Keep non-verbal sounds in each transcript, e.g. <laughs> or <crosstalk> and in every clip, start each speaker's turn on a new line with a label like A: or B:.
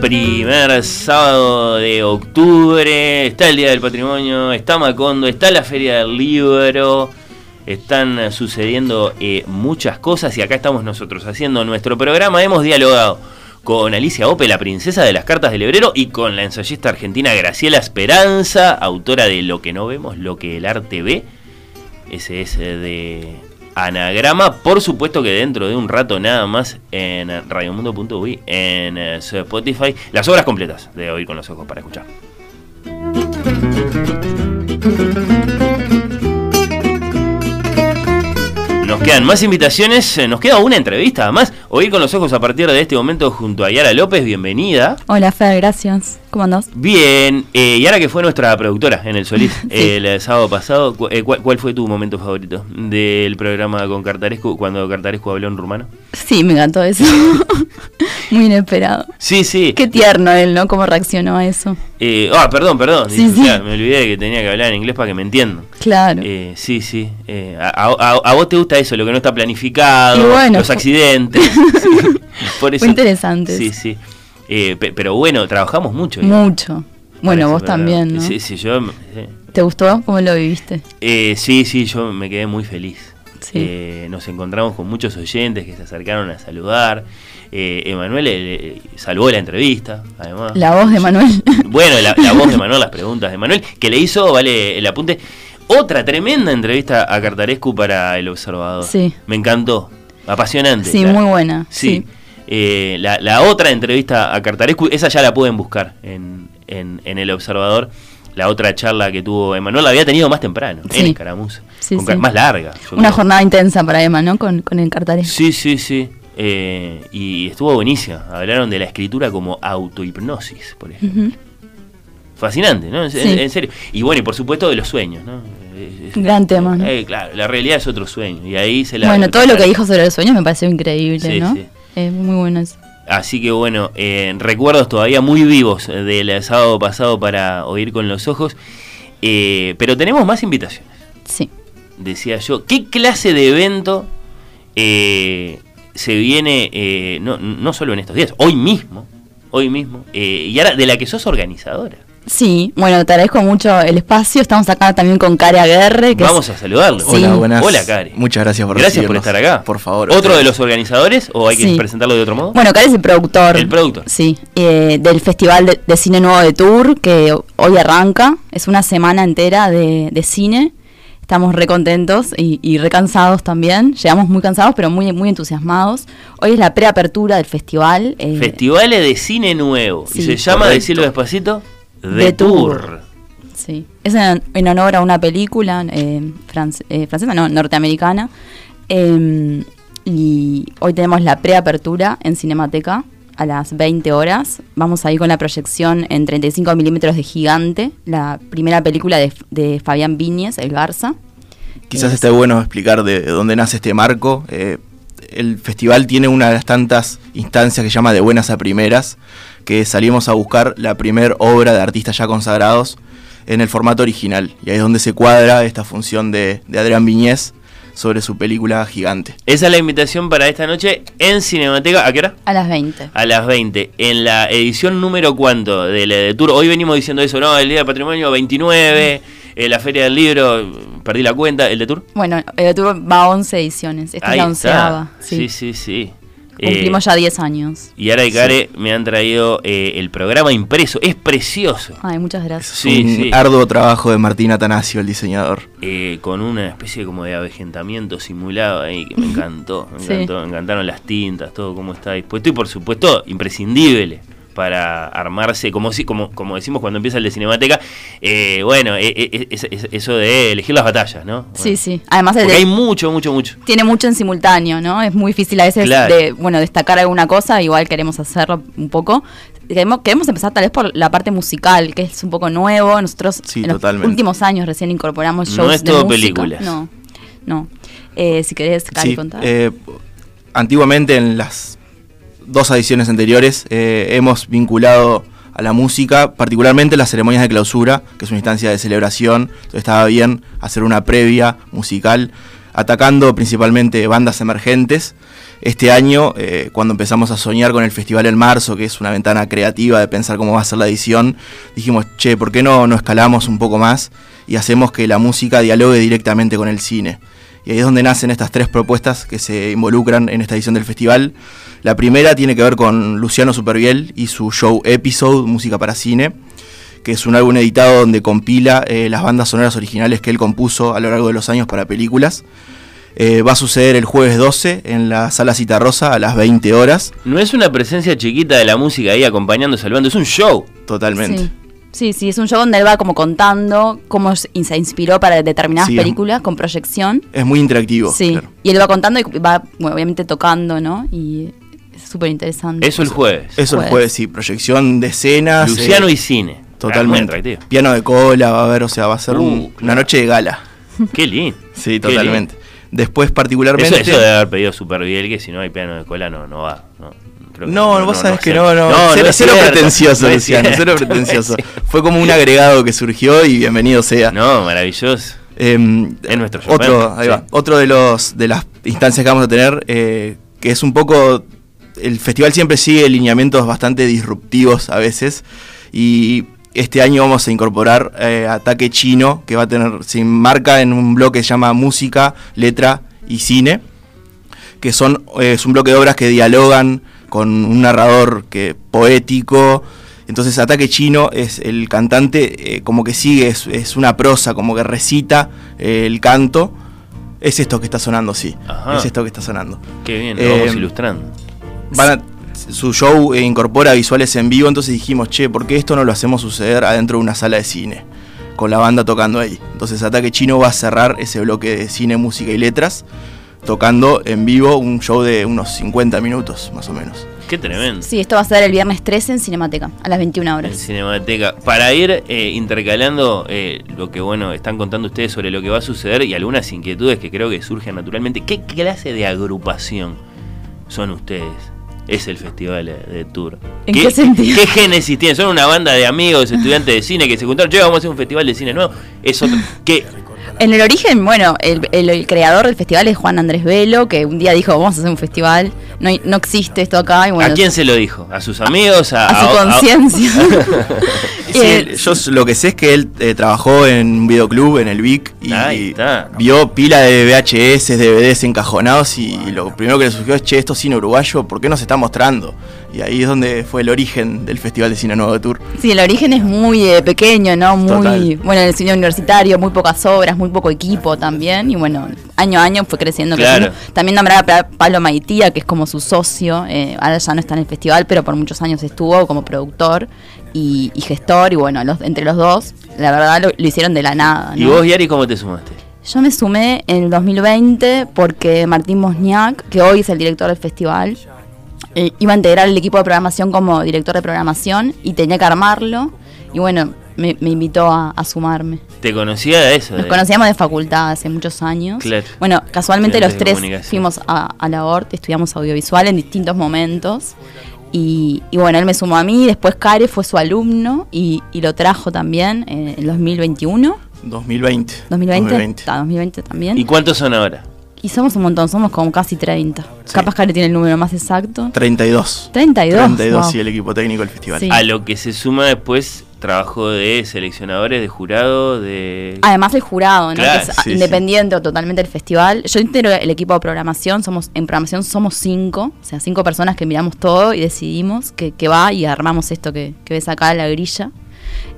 A: primer sábado de octubre, está el Día del Patrimonio, está Macondo, está la Feria del Libro, están sucediendo eh, muchas cosas y acá estamos nosotros haciendo nuestro programa. Hemos dialogado con Alicia Ope, la princesa de las cartas del Hebrero, y con la ensayista argentina Graciela Esperanza, autora de Lo que no vemos, lo que el arte ve. Ese es eh, de Anagrama, por supuesto que dentro de un rato nada más en radiomundo.uy, en eh, Spotify, las obras completas de Oír con los Ojos para escuchar. Nos quedan más invitaciones, eh, nos queda una entrevista además. Oír con los Ojos a partir de este momento junto a Yara López, bienvenida.
B: Hola, Fer, gracias. ¿Cómo andás?
A: Bien, eh, Yara que fue nuestra productora en el
B: <laughs>
A: Solís el eh, sábado pasado, cu- eh, ¿cuál, cuál fue tu momento favorito del programa con Cartarescu cuando Cartarescu habló en rumano?
B: Sí, me encantó eso. <laughs> Muy inesperado.
A: Sí, sí.
B: Qué tierno él, ¿no? Cómo reaccionó a eso.
A: Eh, ah, perdón, perdón.
B: Sí,
A: Dice,
B: sí.
A: "Ya, Me olvidé que tenía que hablar en inglés para que me entiendan.
B: Claro.
A: Eh, sí, sí. eh, a, a- a vos te gusta eso, lo que no está planificado,
B: Y bueno,
A: los
B: fue- <laughs>
A: accidentes. Por eso-
B: Fue interesante.
A: Sí, sí. Eh, pe- pero bueno, trabajamos mucho. ¿no?
B: Mucho. Bueno,
A: Parece,
B: vos
A: pero-
B: también, ¿no?
A: Sí, sí, yo... me- sí.
B: ¿Te gustó? ¿Cómo lo viviste?
A: Eh, sí, sí, yo me quedé muy feliz.
B: Sí.
A: Eh, nos encontramos con muchos oyentes que se acercaron a saludar. Eh, Emanuel eh, salvó la entrevista, además.
B: La voz de Manuel.
A: Ah. <laughs> Bueno, la, la
B: <laughs>
A: voz de Manuel, las preguntas de Manuel, que le hizo, vale, el apunte. Otra tremenda entrevista a Cartarescu para El Observador.
B: Sí.
A: Me encantó. Apasionante.
B: sí,
A: la-
B: muy buena.
A: Sí. Eh, la, la otra entrevista a Cartarescu, esa ya la pueden buscar en, en- en El Observador. La otra charla que tuvo Emanuel la había tenido más temprano, en
B: Sí.
A: Escaramuza.
B: Sí,
A: Con ca-
B: sí.
A: Más larga. yo
B: Una
A: creo.
B: jornada intensa para Emma, ¿no? Con, con el cartares.
A: Sí, sí, sí. Eh, y estuvo buenísima. Hablaron de la escritura como autohipnosis, por ejemplo.
B: Ujú.
A: Fascinante, ¿no? En,
B: Sí.
A: en- en serio. Y bueno, y por supuesto de los sueños, ¿no? Eh, eh,
B: Gran tema, ¿no?
A: eh, claro, la realidad es otro sueño. Y ahí se la.
B: bueno, todo lo que dijo sobre los sueños me pareció increíble,
A: Sí,
B: ¿no?
A: sí.
B: Es muy bueno eso.
A: Así que bueno, eh, recuerdos todavía muy vivos del sábado pasado para oír con los ojos. Eh, pero tenemos más invitaciones,
B: Sí.
A: decía yo. ¿Qué clase de evento eh, se viene, eh, no, no solo en estos días, hoy mismo? Hoy mismo. eh, y ahora, de la que sos organizadora.
B: Sí, bueno, te agradezco mucho el espacio. Estamos acá también con Care Aguerre. Que es-
A: Vamos a saludarlo.
B: Sí.
C: Hola, buenas.
A: Hola, Cari.
C: Muchas gracias por
A: Gracias por
C: recibirnos.
A: estar acá.
C: Por favor.
A: ¿Otro de los organizadores o hay que
B: Sí.
A: presentarlo de otro modo?
B: Bueno, Care es el productor.
A: El productor.
B: Sí, eh, del Festival de, de Cine Nuevo de Tour, que hoy arranca. Es una semana entera de, de cine. Estamos recontentos y, y recansados también. Llegamos muy cansados, pero muy, muy entusiasmados. Hoy es la preapertura del festival. eh,
A: Festivales de cine nuevo. y
B: sí.
A: se llama,
C: Correcto.
A: decirlo despacito, The,
B: The
A: Tour.
B: Tour. Sí, es en, en honor a una película eh, france- eh, francesa, no, norteamericana. Eh, y hoy tenemos la preapertura en Cinemateca a las 20 horas. Vamos ahí con la proyección en 35 milímetros de Gigante, la primera película de, de Fabián Viñez, El Garza.
C: Eh, Quizás esté bueno explicar de dónde nace este marco. Eh, el festival tiene una de las tantas instancias que se llama de buenas a primeras, que salimos a buscar la primer obra de artistas ya consagrados en el formato original. Y ahí es donde se cuadra esta función de, de Adrián Viñez sobre su película Gigante.
A: Esa es la invitación para esta noche en Cinemateca. ¿A qué hora?
B: A las 20.
A: A las 20. En la edición número cuánto del The Tour. Hoy venimos diciendo eso, ¿no? El Día del Patrimonio 29, eh, la Feria del Libro, perdí la cuenta, el The Tour.
B: Bueno, el tour va a 11 ediciones. Esta
A: Ahí
B: es la
A: está.
B: onceava. Sí.
A: Sí, sí, sí. Eh,
B: Cumplimos ya 10 años.
A: Y ahora y Care me han traído eh, el programa impreso. Es precioso.
B: Ay, muchas gracias.
C: Es
A: Sí,
C: un
A: sí.
C: arduo trabajo de Martín Atanasio, el diseñador.
A: eh, con una especie como de avejentamiento simulado ahí
B: <laughs>
A: que me encantó, me
B: Sí.
A: encantó, me encantaron las tintas, todo cómo está dispuesto y por supuesto imprescindible para armarse, como si, como, como decimos cuando empieza el de Cinemateca, eh, bueno, e- e- es- es- eso de elegir las batallas, ¿no?
B: Sí,
A: Bueno,
B: sí. Además, el
A: Porque
B: de-
A: hay mucho, mucho, mucho.
B: tiene mucho en simultáneo, ¿no? Es muy difícil a veces
A: Claro.
B: de, bueno, destacar alguna cosa, igual queremos hacerlo un poco. queremos, queremos empezar tal vez por la parte musical, que es un poco nuevo. Nosotros
C: Sí,
B: en los
C: totalmente.
B: últimos años recién incorporamos
A: No
B: shows
A: es
B: de
A: todo
B: música.
A: películas.
B: No, no. Eh, si querés, Cari,
C: Sí,
B: contar.
C: eh, antiguamente en las dos ediciones anteriores eh, hemos vinculado a la música, particularmente las ceremonias de clausura, que es una instancia de celebración, entonces estaba bien hacer una previa musical, atacando principalmente bandas emergentes. Este año, eh, cuando empezamos a soñar con el festival en marzo, que es una ventana creativa de pensar cómo va a ser la edición, dijimos, che, ¿por qué no, no escalamos un poco más y hacemos que la música dialogue directamente con el cine? Y ahí es donde nacen estas tres propuestas que se involucran en esta edición del festival. La primera tiene que ver con Luciano Superviel y su show Episode, Música para Cine, que es un álbum editado donde compila eh, las bandas sonoras originales que él compuso a lo largo de los años para películas. Eh, va a suceder el jueves 12 en la sala Citarrosa a las 20 horas,
A: No es una presencia chiquita de la música ahí acompañando, salvando, es un show.
C: totalmente.
B: Sí. sí, sí, es un show donde él va como contando cómo se se inspiró para determinadas
C: Sí, es-
B: películas con proyección.
C: Es muy interactivo.
B: Sí,
C: claro.
B: y él va contando y va, bueno, obviamente, tocando, ¿no? Y es súper interesante.
A: Eso el jueves.
C: Eso el
B: Jueves.
C: jueves, sí, proyección de escenas.
A: Luciano
C: eh,
A: y cine.
C: Totalmente.
A: Ah, muy atractivo.
C: Piano de cola, va a haber, o sea, va a ser
A: Uh,
C: un- una
A: claro.
C: noche de gala.
A: Qué lindo.
C: Sí,
A: Qué lindo.
C: totalmente. Después,
A: Eso,
C: particularmente.
A: eso debe haber pedido Superviel, que si no hay piano de cola no, no va. No, creo que
C: No, vos sabés que
A: sé.
C: no, no. cero,
A: es
C: cero
A: cierto,
C: pretencioso,
A: <laughs> no es
C: Luciano,
A: cierto,
C: cero
A: no es
C: pretencioso.
A: cierto.
C: Fue como un agregado que surgió y bienvenido sea.
A: <laughs> No, maravilloso.
C: Em,
A: Es nuestro Chopin,
C: otro, ahí
A: sí.
C: va. otro de los de las instancias que vamos a tener, eh, que es un poco. El festival siempre sigue lineamientos bastante disruptivos a veces. Y este año vamos a incorporar eh, Ataque Chino, que va a tener. se enmarca en un bloque que se llama Música, Letra y Cine. Que son. eh, es un bloque de obras que dialogan con un narrador que poético. Entonces Ataque Chino es el cantante, eh, como que sigue, es, es una prosa, como que recita eh, el canto. Es esto que está sonando, sí.
A: Ajá.
C: Es esto que está sonando.
A: Qué bien, lo vamos
C: Em,
A: ilustrando.
C: Van a- su show eh, incorpora visuales en vivo, entonces dijimos, che, ¿por qué esto no lo hacemos suceder adentro de una sala de cine? Con la banda tocando ahí. Entonces Ataque Chino va a cerrar ese bloque de cine, música y letras, tocando en vivo un show de unos 50 minutos, más o menos.
A: Qué tremendo.
B: Sí, esto va a ser el viernes 13 en Cinemateca, a las 21
A: En
B: horas.
A: Cinemateca. Para ir eh, intercalando eh, lo que bueno están contando ustedes sobre lo que va a suceder y algunas inquietudes que creo que surgen naturalmente. ¿Qué clase de agrupación son ustedes? Es el festival eh, de Tour.
B: ¿En qué sentido?
A: ¿Qué génesis tienen? ¿Son una banda de amigos, estudiantes de cine que se juntaron? Che, vamos a hacer un festival de cine nuevo. Es
B: <laughs>
A: otro. ¿Qué?
B: En el origen, bueno, el, el- el creador del festival es Juan Andrés Velo, que un día dijo, vamos a hacer un festival, no, hay- no existe esto acá, y bueno,
A: ¿A quién se lo dijo? ¿A sus amigos? ¿A,
B: a su
A: a- a- <laughs>
B: conciencia. <laughs>
C: Sí,
B: Eh,
C: yo lo que sé es que él eh, trabajó en un videoclub, en el Vic, y
A: Ahí está.
C: vio pila de VHS, DVDs encajonados, y lo primero que le surgió es, che, esto es cine uruguayo, ¿por qué nos está mostrando? Y ahí es donde fue el origen del Festival de Cine Nuevo de Tour.
B: Sí, el origen es muy eh, pequeño, ¿no? Muy,
C: Total.
B: bueno, el cine universitario, muy pocas obras, muy poco equipo también. Y bueno, año a año fue creciendo.
A: Claro.
B: creciendo. También nombrar a Pa- Pablo Maitía, que es como su socio. eh, ahora ya no está en el festival, pero por muchos años estuvo como productor y, y gestor. Y bueno, los, entre los dos, la verdad lo, lo hicieron de la nada.
A: ¿Y
B: ¿no?
A: vos, Yari, cómo te sumaste?
B: Yo me sumé en el 2020 porque Martín Mosniak, que hoy es el director del festival, eh, iba a integrar el equipo de programación como director de programación y tenía que armarlo. Y bueno, me, me invitó a, a sumarme.
A: ¿Te conocía de eso?
B: Nos
A: de-
B: conocíamos de facultad hace muchos años.
A: Claro.
B: Bueno, casualmente los
A: Estudiantes de
B: tres
A: comunicación.
B: fuimos a, a la ORT, estudiamos audiovisual en distintos momentos. Y, y bueno, él me sumó a mí, después Care fue su alumno y, y lo trajo también eh, en el 2021.
C: 2020.
B: 2020, está, 2020 también.
A: ¿Y cuántos son ahora?
B: Y somos un montón, somos como casi 30. Capaz que ahora tiene el número más exacto.
C: 32.
B: 32, wow.
C: sí, el equipo técnico del festival.
B: Sí.
A: A lo que se suma después trabajo de seleccionadores, de jurado, de...
B: Además el jurado, ¿no?
A: Claro,
B: que es ah,
C: sí,
B: independiente o totalmente del festival. Yo integro el equipo de programación, somos en programación somos cinco, o sea, cinco personas que miramos todo y decidimos que, que va y armamos esto que, que ves acá en la grilla.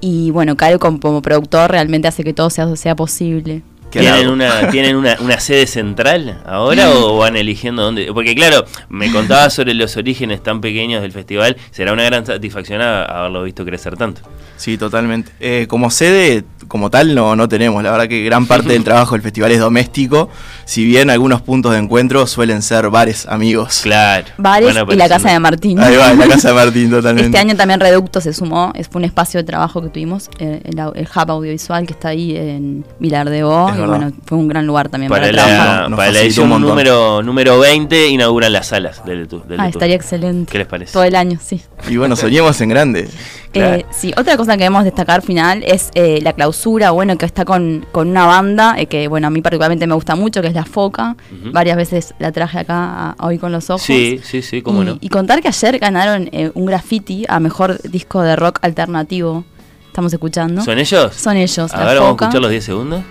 B: Y bueno, Caio como, como productor realmente hace que todo sea, sea posible.
C: Qué
A: ¿Tienen,
C: halago. <laughs>
A: una, ¿tienen una, una sede central ahora o
B: Mm.
A: van eligiendo dónde? Porque claro, me contaba sobre los orígenes tan pequeños del festival, será una gran satisfacción a- haberlo visto crecer tanto.
C: Sí, totalmente. Eh, como sede, como tal, no, no tenemos. La verdad que gran parte del trabajo del festival es doméstico, si bien algunos puntos de encuentro suelen ser bares amigos.
A: Claro.
B: Bares
A: Bueno,
B: y la
A: pero
B: casa
A: sí.
B: de Martín.
C: pues, Ahí va,
B: <laughs>
C: en la casa de Martín, totalmente.
B: Este año también Reducto se sumó, es- fue un espacio de trabajo que tuvimos, eh, el, au- el hub audiovisual que está ahí en Vilar de Bo,
C: Es
B: y
C: verdad.
B: bueno, fue un gran lugar también para,
A: Para
B: trabajar. Ah,
A: la,
C: Nos
A: para la
C: facilitó un
A: edición
C: montón.
A: número, número 20 inauguran las salas del tour.
B: Ah, estaría excelente.
A: ¿Qué les parece?
B: Todo el año, sí.
C: Y bueno, soñemos en grande.
A: Claro.
B: Eh, sí, otra cosa que debemos destacar final es eh, la clausura, bueno, que está con, con una banda eh, que, bueno, a mí particularmente me gusta mucho, que es La Foca.
A: Ujú.
B: Varias veces la traje acá a- a hoy con los ojos.
A: Sí, sí, sí, cómo
B: y,
A: no.
B: y contar que ayer ganaron eh, un graffiti a mejor disco de rock alternativo. Estamos escuchando.
A: ¿Son ellos?
B: Son ellos,
A: A
B: La
A: ver, vamos a
B: Foca.
A: escuchar los 10 segundos.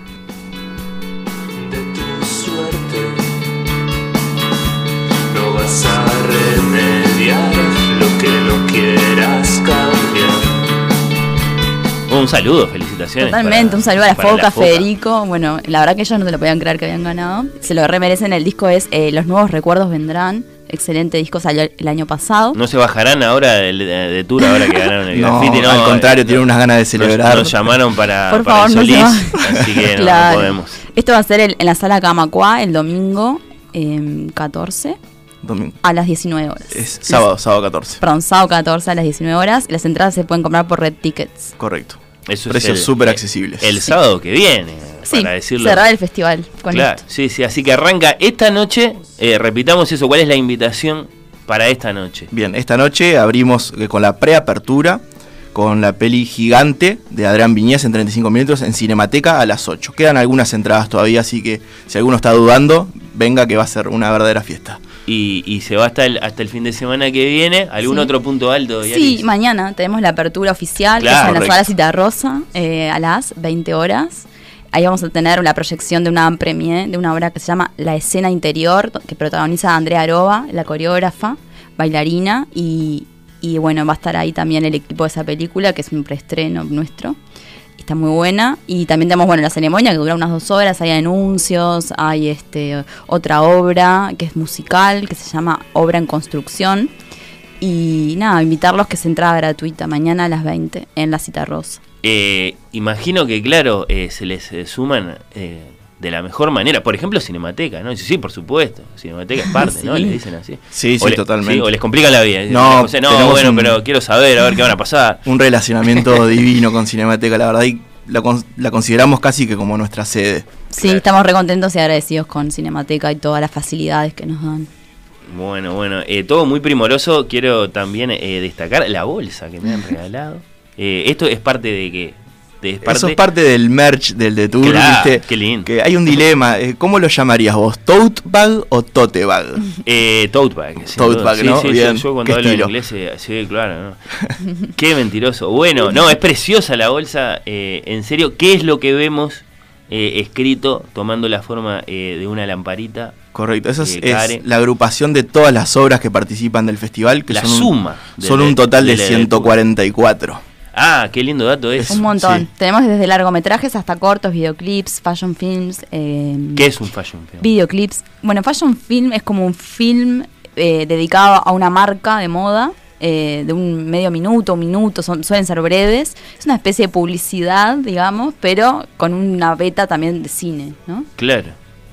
D: de tu suerte. No vas a remediar lo que no quieras cambiar.
A: Un saludo, felicitaciones.
B: Totalmente,
A: para-
B: un saludo a la
A: para
B: Foca, Federico. Bueno, la verdad que ellos no se lo podían creer que habían ganado. Se lo remerecen, el disco es eh, Los Nuevos Recuerdos Vendrán. Excelente disco, salió el año pasado.
A: No se bajarán ahora del- de, de tour, ahora que ganaron el
C: <laughs> No,
A: graffiti. No,
C: al contrario,
A: eh,
C: tienen unas ganas de
A: nos-
C: celebrar.
A: Nos, llamaron para,
B: Por
A: para
B: favor, no
A: el
B: se
A: Solís,
B: va.
A: así que no,
B: <laughs>
A: no
B: Claro.
A: podemos.
B: Esto va a ser el- en la sala Camacua el domingo em, 14
C: Domingo.
B: a las 19 horas.
C: Es sábado, sábado 14.
B: Perdón, sábado 14 a las 19 horas. Las entradas se pueden comprar por Red Tickets.
C: Correcto.
A: Eso es
C: Precios
A: el- eh,
C: súper accesibles.
A: El sábado que viene,
B: Sí,
A: para decirlo.
B: cerrar el festival con
A: Claro,
B: esto.
A: sí, sí. Así que arranca esta noche. eh, repitamos eso. ¿Cuál es la invitación para esta noche?
C: Bien, esta noche abrimos eh, con la preapertura, con la peli Gigante de Adrián Viñez en 35 minutos en Cinemateca a las 8. Quedan algunas entradas todavía, así que si alguno está dudando, venga que va a ser una verdadera fiesta.
A: Y, y se va hasta el, hasta el fin de semana que viene. ¿Algún
B: Sí.
A: otro punto alto?
B: Sí,
A: Yaris?
B: mañana tenemos la apertura oficial, que
A: Claro,
B: es en la
C: correcto.
B: sala Cita Rosa, eh, a las 20 horas. Ahí vamos a tener la proyección de una premier, de una obra que se llama La escena interior, que protagoniza a Andrea Aroba, la coreógrafa, bailarina, y, y bueno, va a estar ahí también el equipo de esa película, que es un preestreno nuestro. Está muy buena. Y también tenemos, bueno, la ceremonia que dura unas dos horas, hay anuncios, hay este otra obra que es musical, que se llama Obra en Construcción. Y nada, invitarlos que es entrada gratuita mañana a las 20 en la cita rosa.
A: Eh, imagino que, claro, eh, se les eh, suman eh, de la mejor manera. Por ejemplo, Cinemateca, ¿no? Sí, sí, por supuesto. Cinemateca es parte, ¿no?
B: Sí.
A: Le dicen así.
C: Sí,
A: O
C: sí,
A: le-
C: totalmente.
A: sí, o les complica la vida. Dicen,
C: No,
A: José, no
C: tenemos
A: bueno,
C: un-
A: pero quiero saber, a ver qué van a pasar. <laughs>
C: Un relacionamiento divino con Cinemateca, la verdad, y la, cons- la consideramos casi que como nuestra sede.
B: Sí,
A: Claro.
B: estamos recontentos y agradecidos con Cinemateca y todas las facilidades que nos dan.
A: Bueno, bueno, eh, todo muy primoroso. Quiero también eh, destacar la bolsa que me han regalado. Eh, esto es parte de que. de- es parte,
C: Eso es parte del merch del de Tour,
A: Claro,
C: ¿viste?
A: qué lindo.
C: Que hay un dilema, eh, ¿cómo lo llamarías vos? ¿Tote bag o tote bag?
A: Eh, tote bag. sin
C: Tote
A: duda.
C: bag,
A: sí,
C: ¿no?
A: sí,
C: Bien,
A: sí, yo cuando
C: qué
A: hablo
C: estilo.
A: inglés, eh, sí, claro. ¿no? <laughs> qué mentiroso. Bueno, no, es preciosa la bolsa. eh, en serio, ¿qué es lo que vemos eh, escrito tomando la forma eh, de una lamparita?
C: Correcto, esa es,
A: Eh,
C: es
A: Care.
C: la agrupación de todas las obras que participan del festival, que
A: La
C: son un-
A: suma de
C: son
A: la-
C: un total
A: de
C: de,
A: la de
C: 144.
A: Ah, qué lindo dato es.
C: Eso,
B: Un montón.
C: sí.
B: Tenemos desde largometrajes hasta cortos, videoclips, fashion films. eh,
A: ¿Qué es un fashion film?
B: Videoclips. Bueno, fashion film es como un film eh, dedicado a una marca de moda. eh, de un medio minuto, un minuto, son, suelen ser breves. Es una especie de publicidad, digamos, pero con una beta también de cine, ¿no?
A: Claro.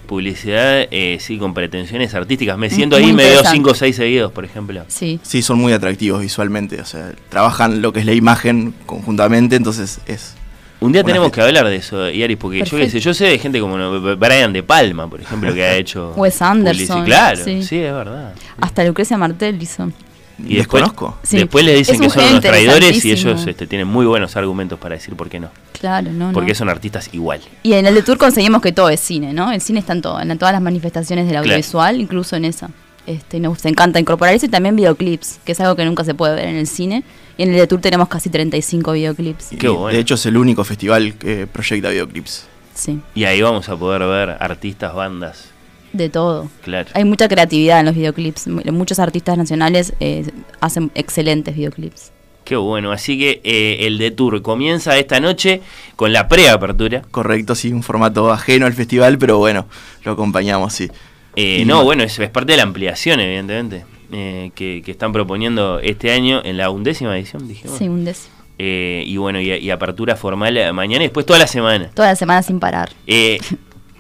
A: Publicidad, eh, sí, con pretensiones artísticas. Me siento
B: Mm, Muy
A: ahí, me veo
B: interesante.
A: 5 o 6 seguidos, por ejemplo.
B: Sí.
C: Sí, son muy atractivos visualmente, o sea, trabajan lo que es la imagen conjuntamente, entonces es...
A: Un día
C: Una
A: tenemos
C: fiesta.
A: que hablar de eso, Iaris, porque yo qué sé,
B: Perfecto.
A: yo sé de gente como no, B- B- Brian De Palma, por ejemplo, que
B: <laughs>
A: ha hecho.
B: Wes Anderson,
A: publici- Claro, sí.
B: sí.
A: es verdad.
B: Hasta Lucrecia Martel hizo.
A: Y
C: les
A: después,
C: conozco.
B: Sí.
A: después le dicen
B: Es
A: que
B: un
A: son
B: genio
A: unos traidores y
B: interesantísimo.
A: ellos este, tienen muy buenos argumentos para decir por qué no.
B: Claro, no,
A: Porque
B: no.
A: son artistas igual.
B: Y en el de Tour conseguimos que todo es cine, ¿no? El cine está en todo, en todas las manifestaciones del
A: Claro.
B: audiovisual, incluso en esa. Este, nos encanta incorporar eso y también videoclips, que es algo que nunca se puede ver en el cine. Y en el de Tour tenemos casi 35 videoclips.
C: Y
A: Qué bueno.
C: De hecho es el único festival que proyecta videoclips.
B: Sí,
A: Y ahí vamos a poder ver artistas, bandas,
B: de todo.
A: claro.
B: Hay mucha creatividad en los videoclips. Mu- Muchos artistas nacionales eh, hacen excelentes videoclips.
A: Qué bueno, así que eh, el de Tour comienza esta noche con la preapertura.
C: Correcto, sí, un formato ajeno al festival, pero bueno, lo acompañamos, sí.
A: Eh,
C: Y-
A: no, bueno, es, es parte de la ampliación, evidentemente, eh, que, que están proponiendo este año en la undécima edición, dijimos.
B: Sí, un décimo.
A: Eh, y bueno, y, y apertura formal eh, mañana y después toda la semana.
B: Toda la semana sin parar.
A: Eh,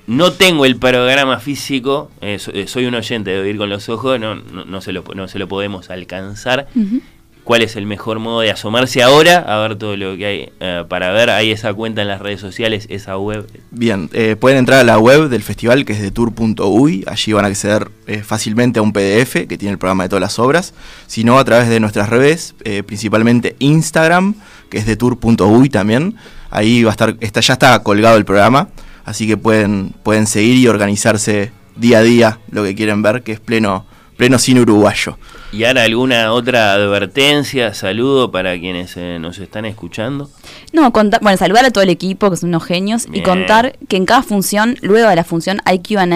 A: no tengo el programa físico, eh, so- eh, soy un oyente de oír con los ojos, no, no, no se, lo, no se lo podemos alcanzar.
B: Ujú.
A: ¿Cuál es el mejor modo de asomarse ahora a ver todo lo que hay eh, para ver? Hay esa cuenta en las redes sociales, esa web.
C: Bien, eh, pueden entrar a la web del festival que es de tour.uy, allí van a acceder eh, fácilmente a un PDF que tiene el programa de todas las obras, si no a través de nuestras redes, eh, principalmente Instagram, que es de tour.uy también, ahí va a estar, está, ya está colgado el programa, así que pueden, pueden seguir y organizarse día a día lo que quieren ver, que es pleno, pleno cine uruguayo.
A: ¿Y ahora alguna otra advertencia, saludo para quienes eh, nos están escuchando?
B: No, contar, bueno, saludar a todo el equipo, que son unos genios,
A: Bien.
B: y contar que en cada función, luego de la función, hay QA en,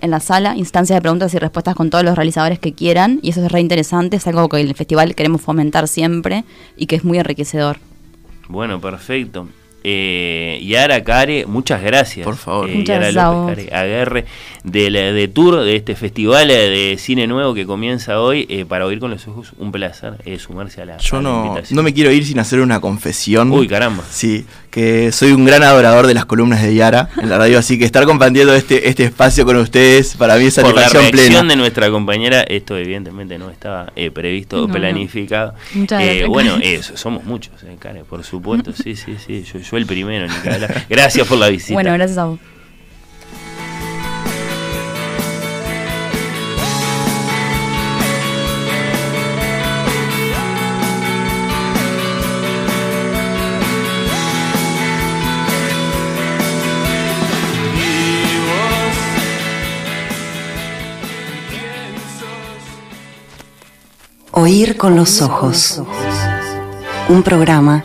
B: en la sala, instancias de preguntas y respuestas con todos los realizadores que quieran, y eso es re interesante, es algo que en el festival queremos fomentar siempre y que es muy enriquecedor.
A: Bueno, perfecto. Eh, Yara Care, muchas gracias.
C: Por favor.
A: Eh,
B: Muchas
A: Yara
B: gracias a
A: López Care Aguerre, de, la- de Tour, de este festival eh, de cine nuevo que comienza hoy, eh, para oír con los ojos, un placer eh, sumarse a la, a
C: Yo
A: la
C: no,
A: invitación.
C: no me quiero ir sin hacer una confesión.
A: Uy, caramba.
C: Sí, que soy un gran adorador de las columnas de Yara en la radio, así que estar compartiendo este, este espacio con ustedes para mí es
A: Por la
C: satisfacción
A: reacción
C: plena.
A: de nuestra compañera, esto evidentemente no estaba eh, previsto o
B: No, no.
A: planificado.
B: Muchas
A: Eh,
B: gracias, <laughs>
A: bueno,
B: Care.
A: eh, so- somos muchos, eh, Care, por supuesto. Sí, sí, sí. Yo, yo el primero, ni que hablar. Gracias por la visita.
B: Bueno, gracias a vos.
E: Oír con los ojos. Un programa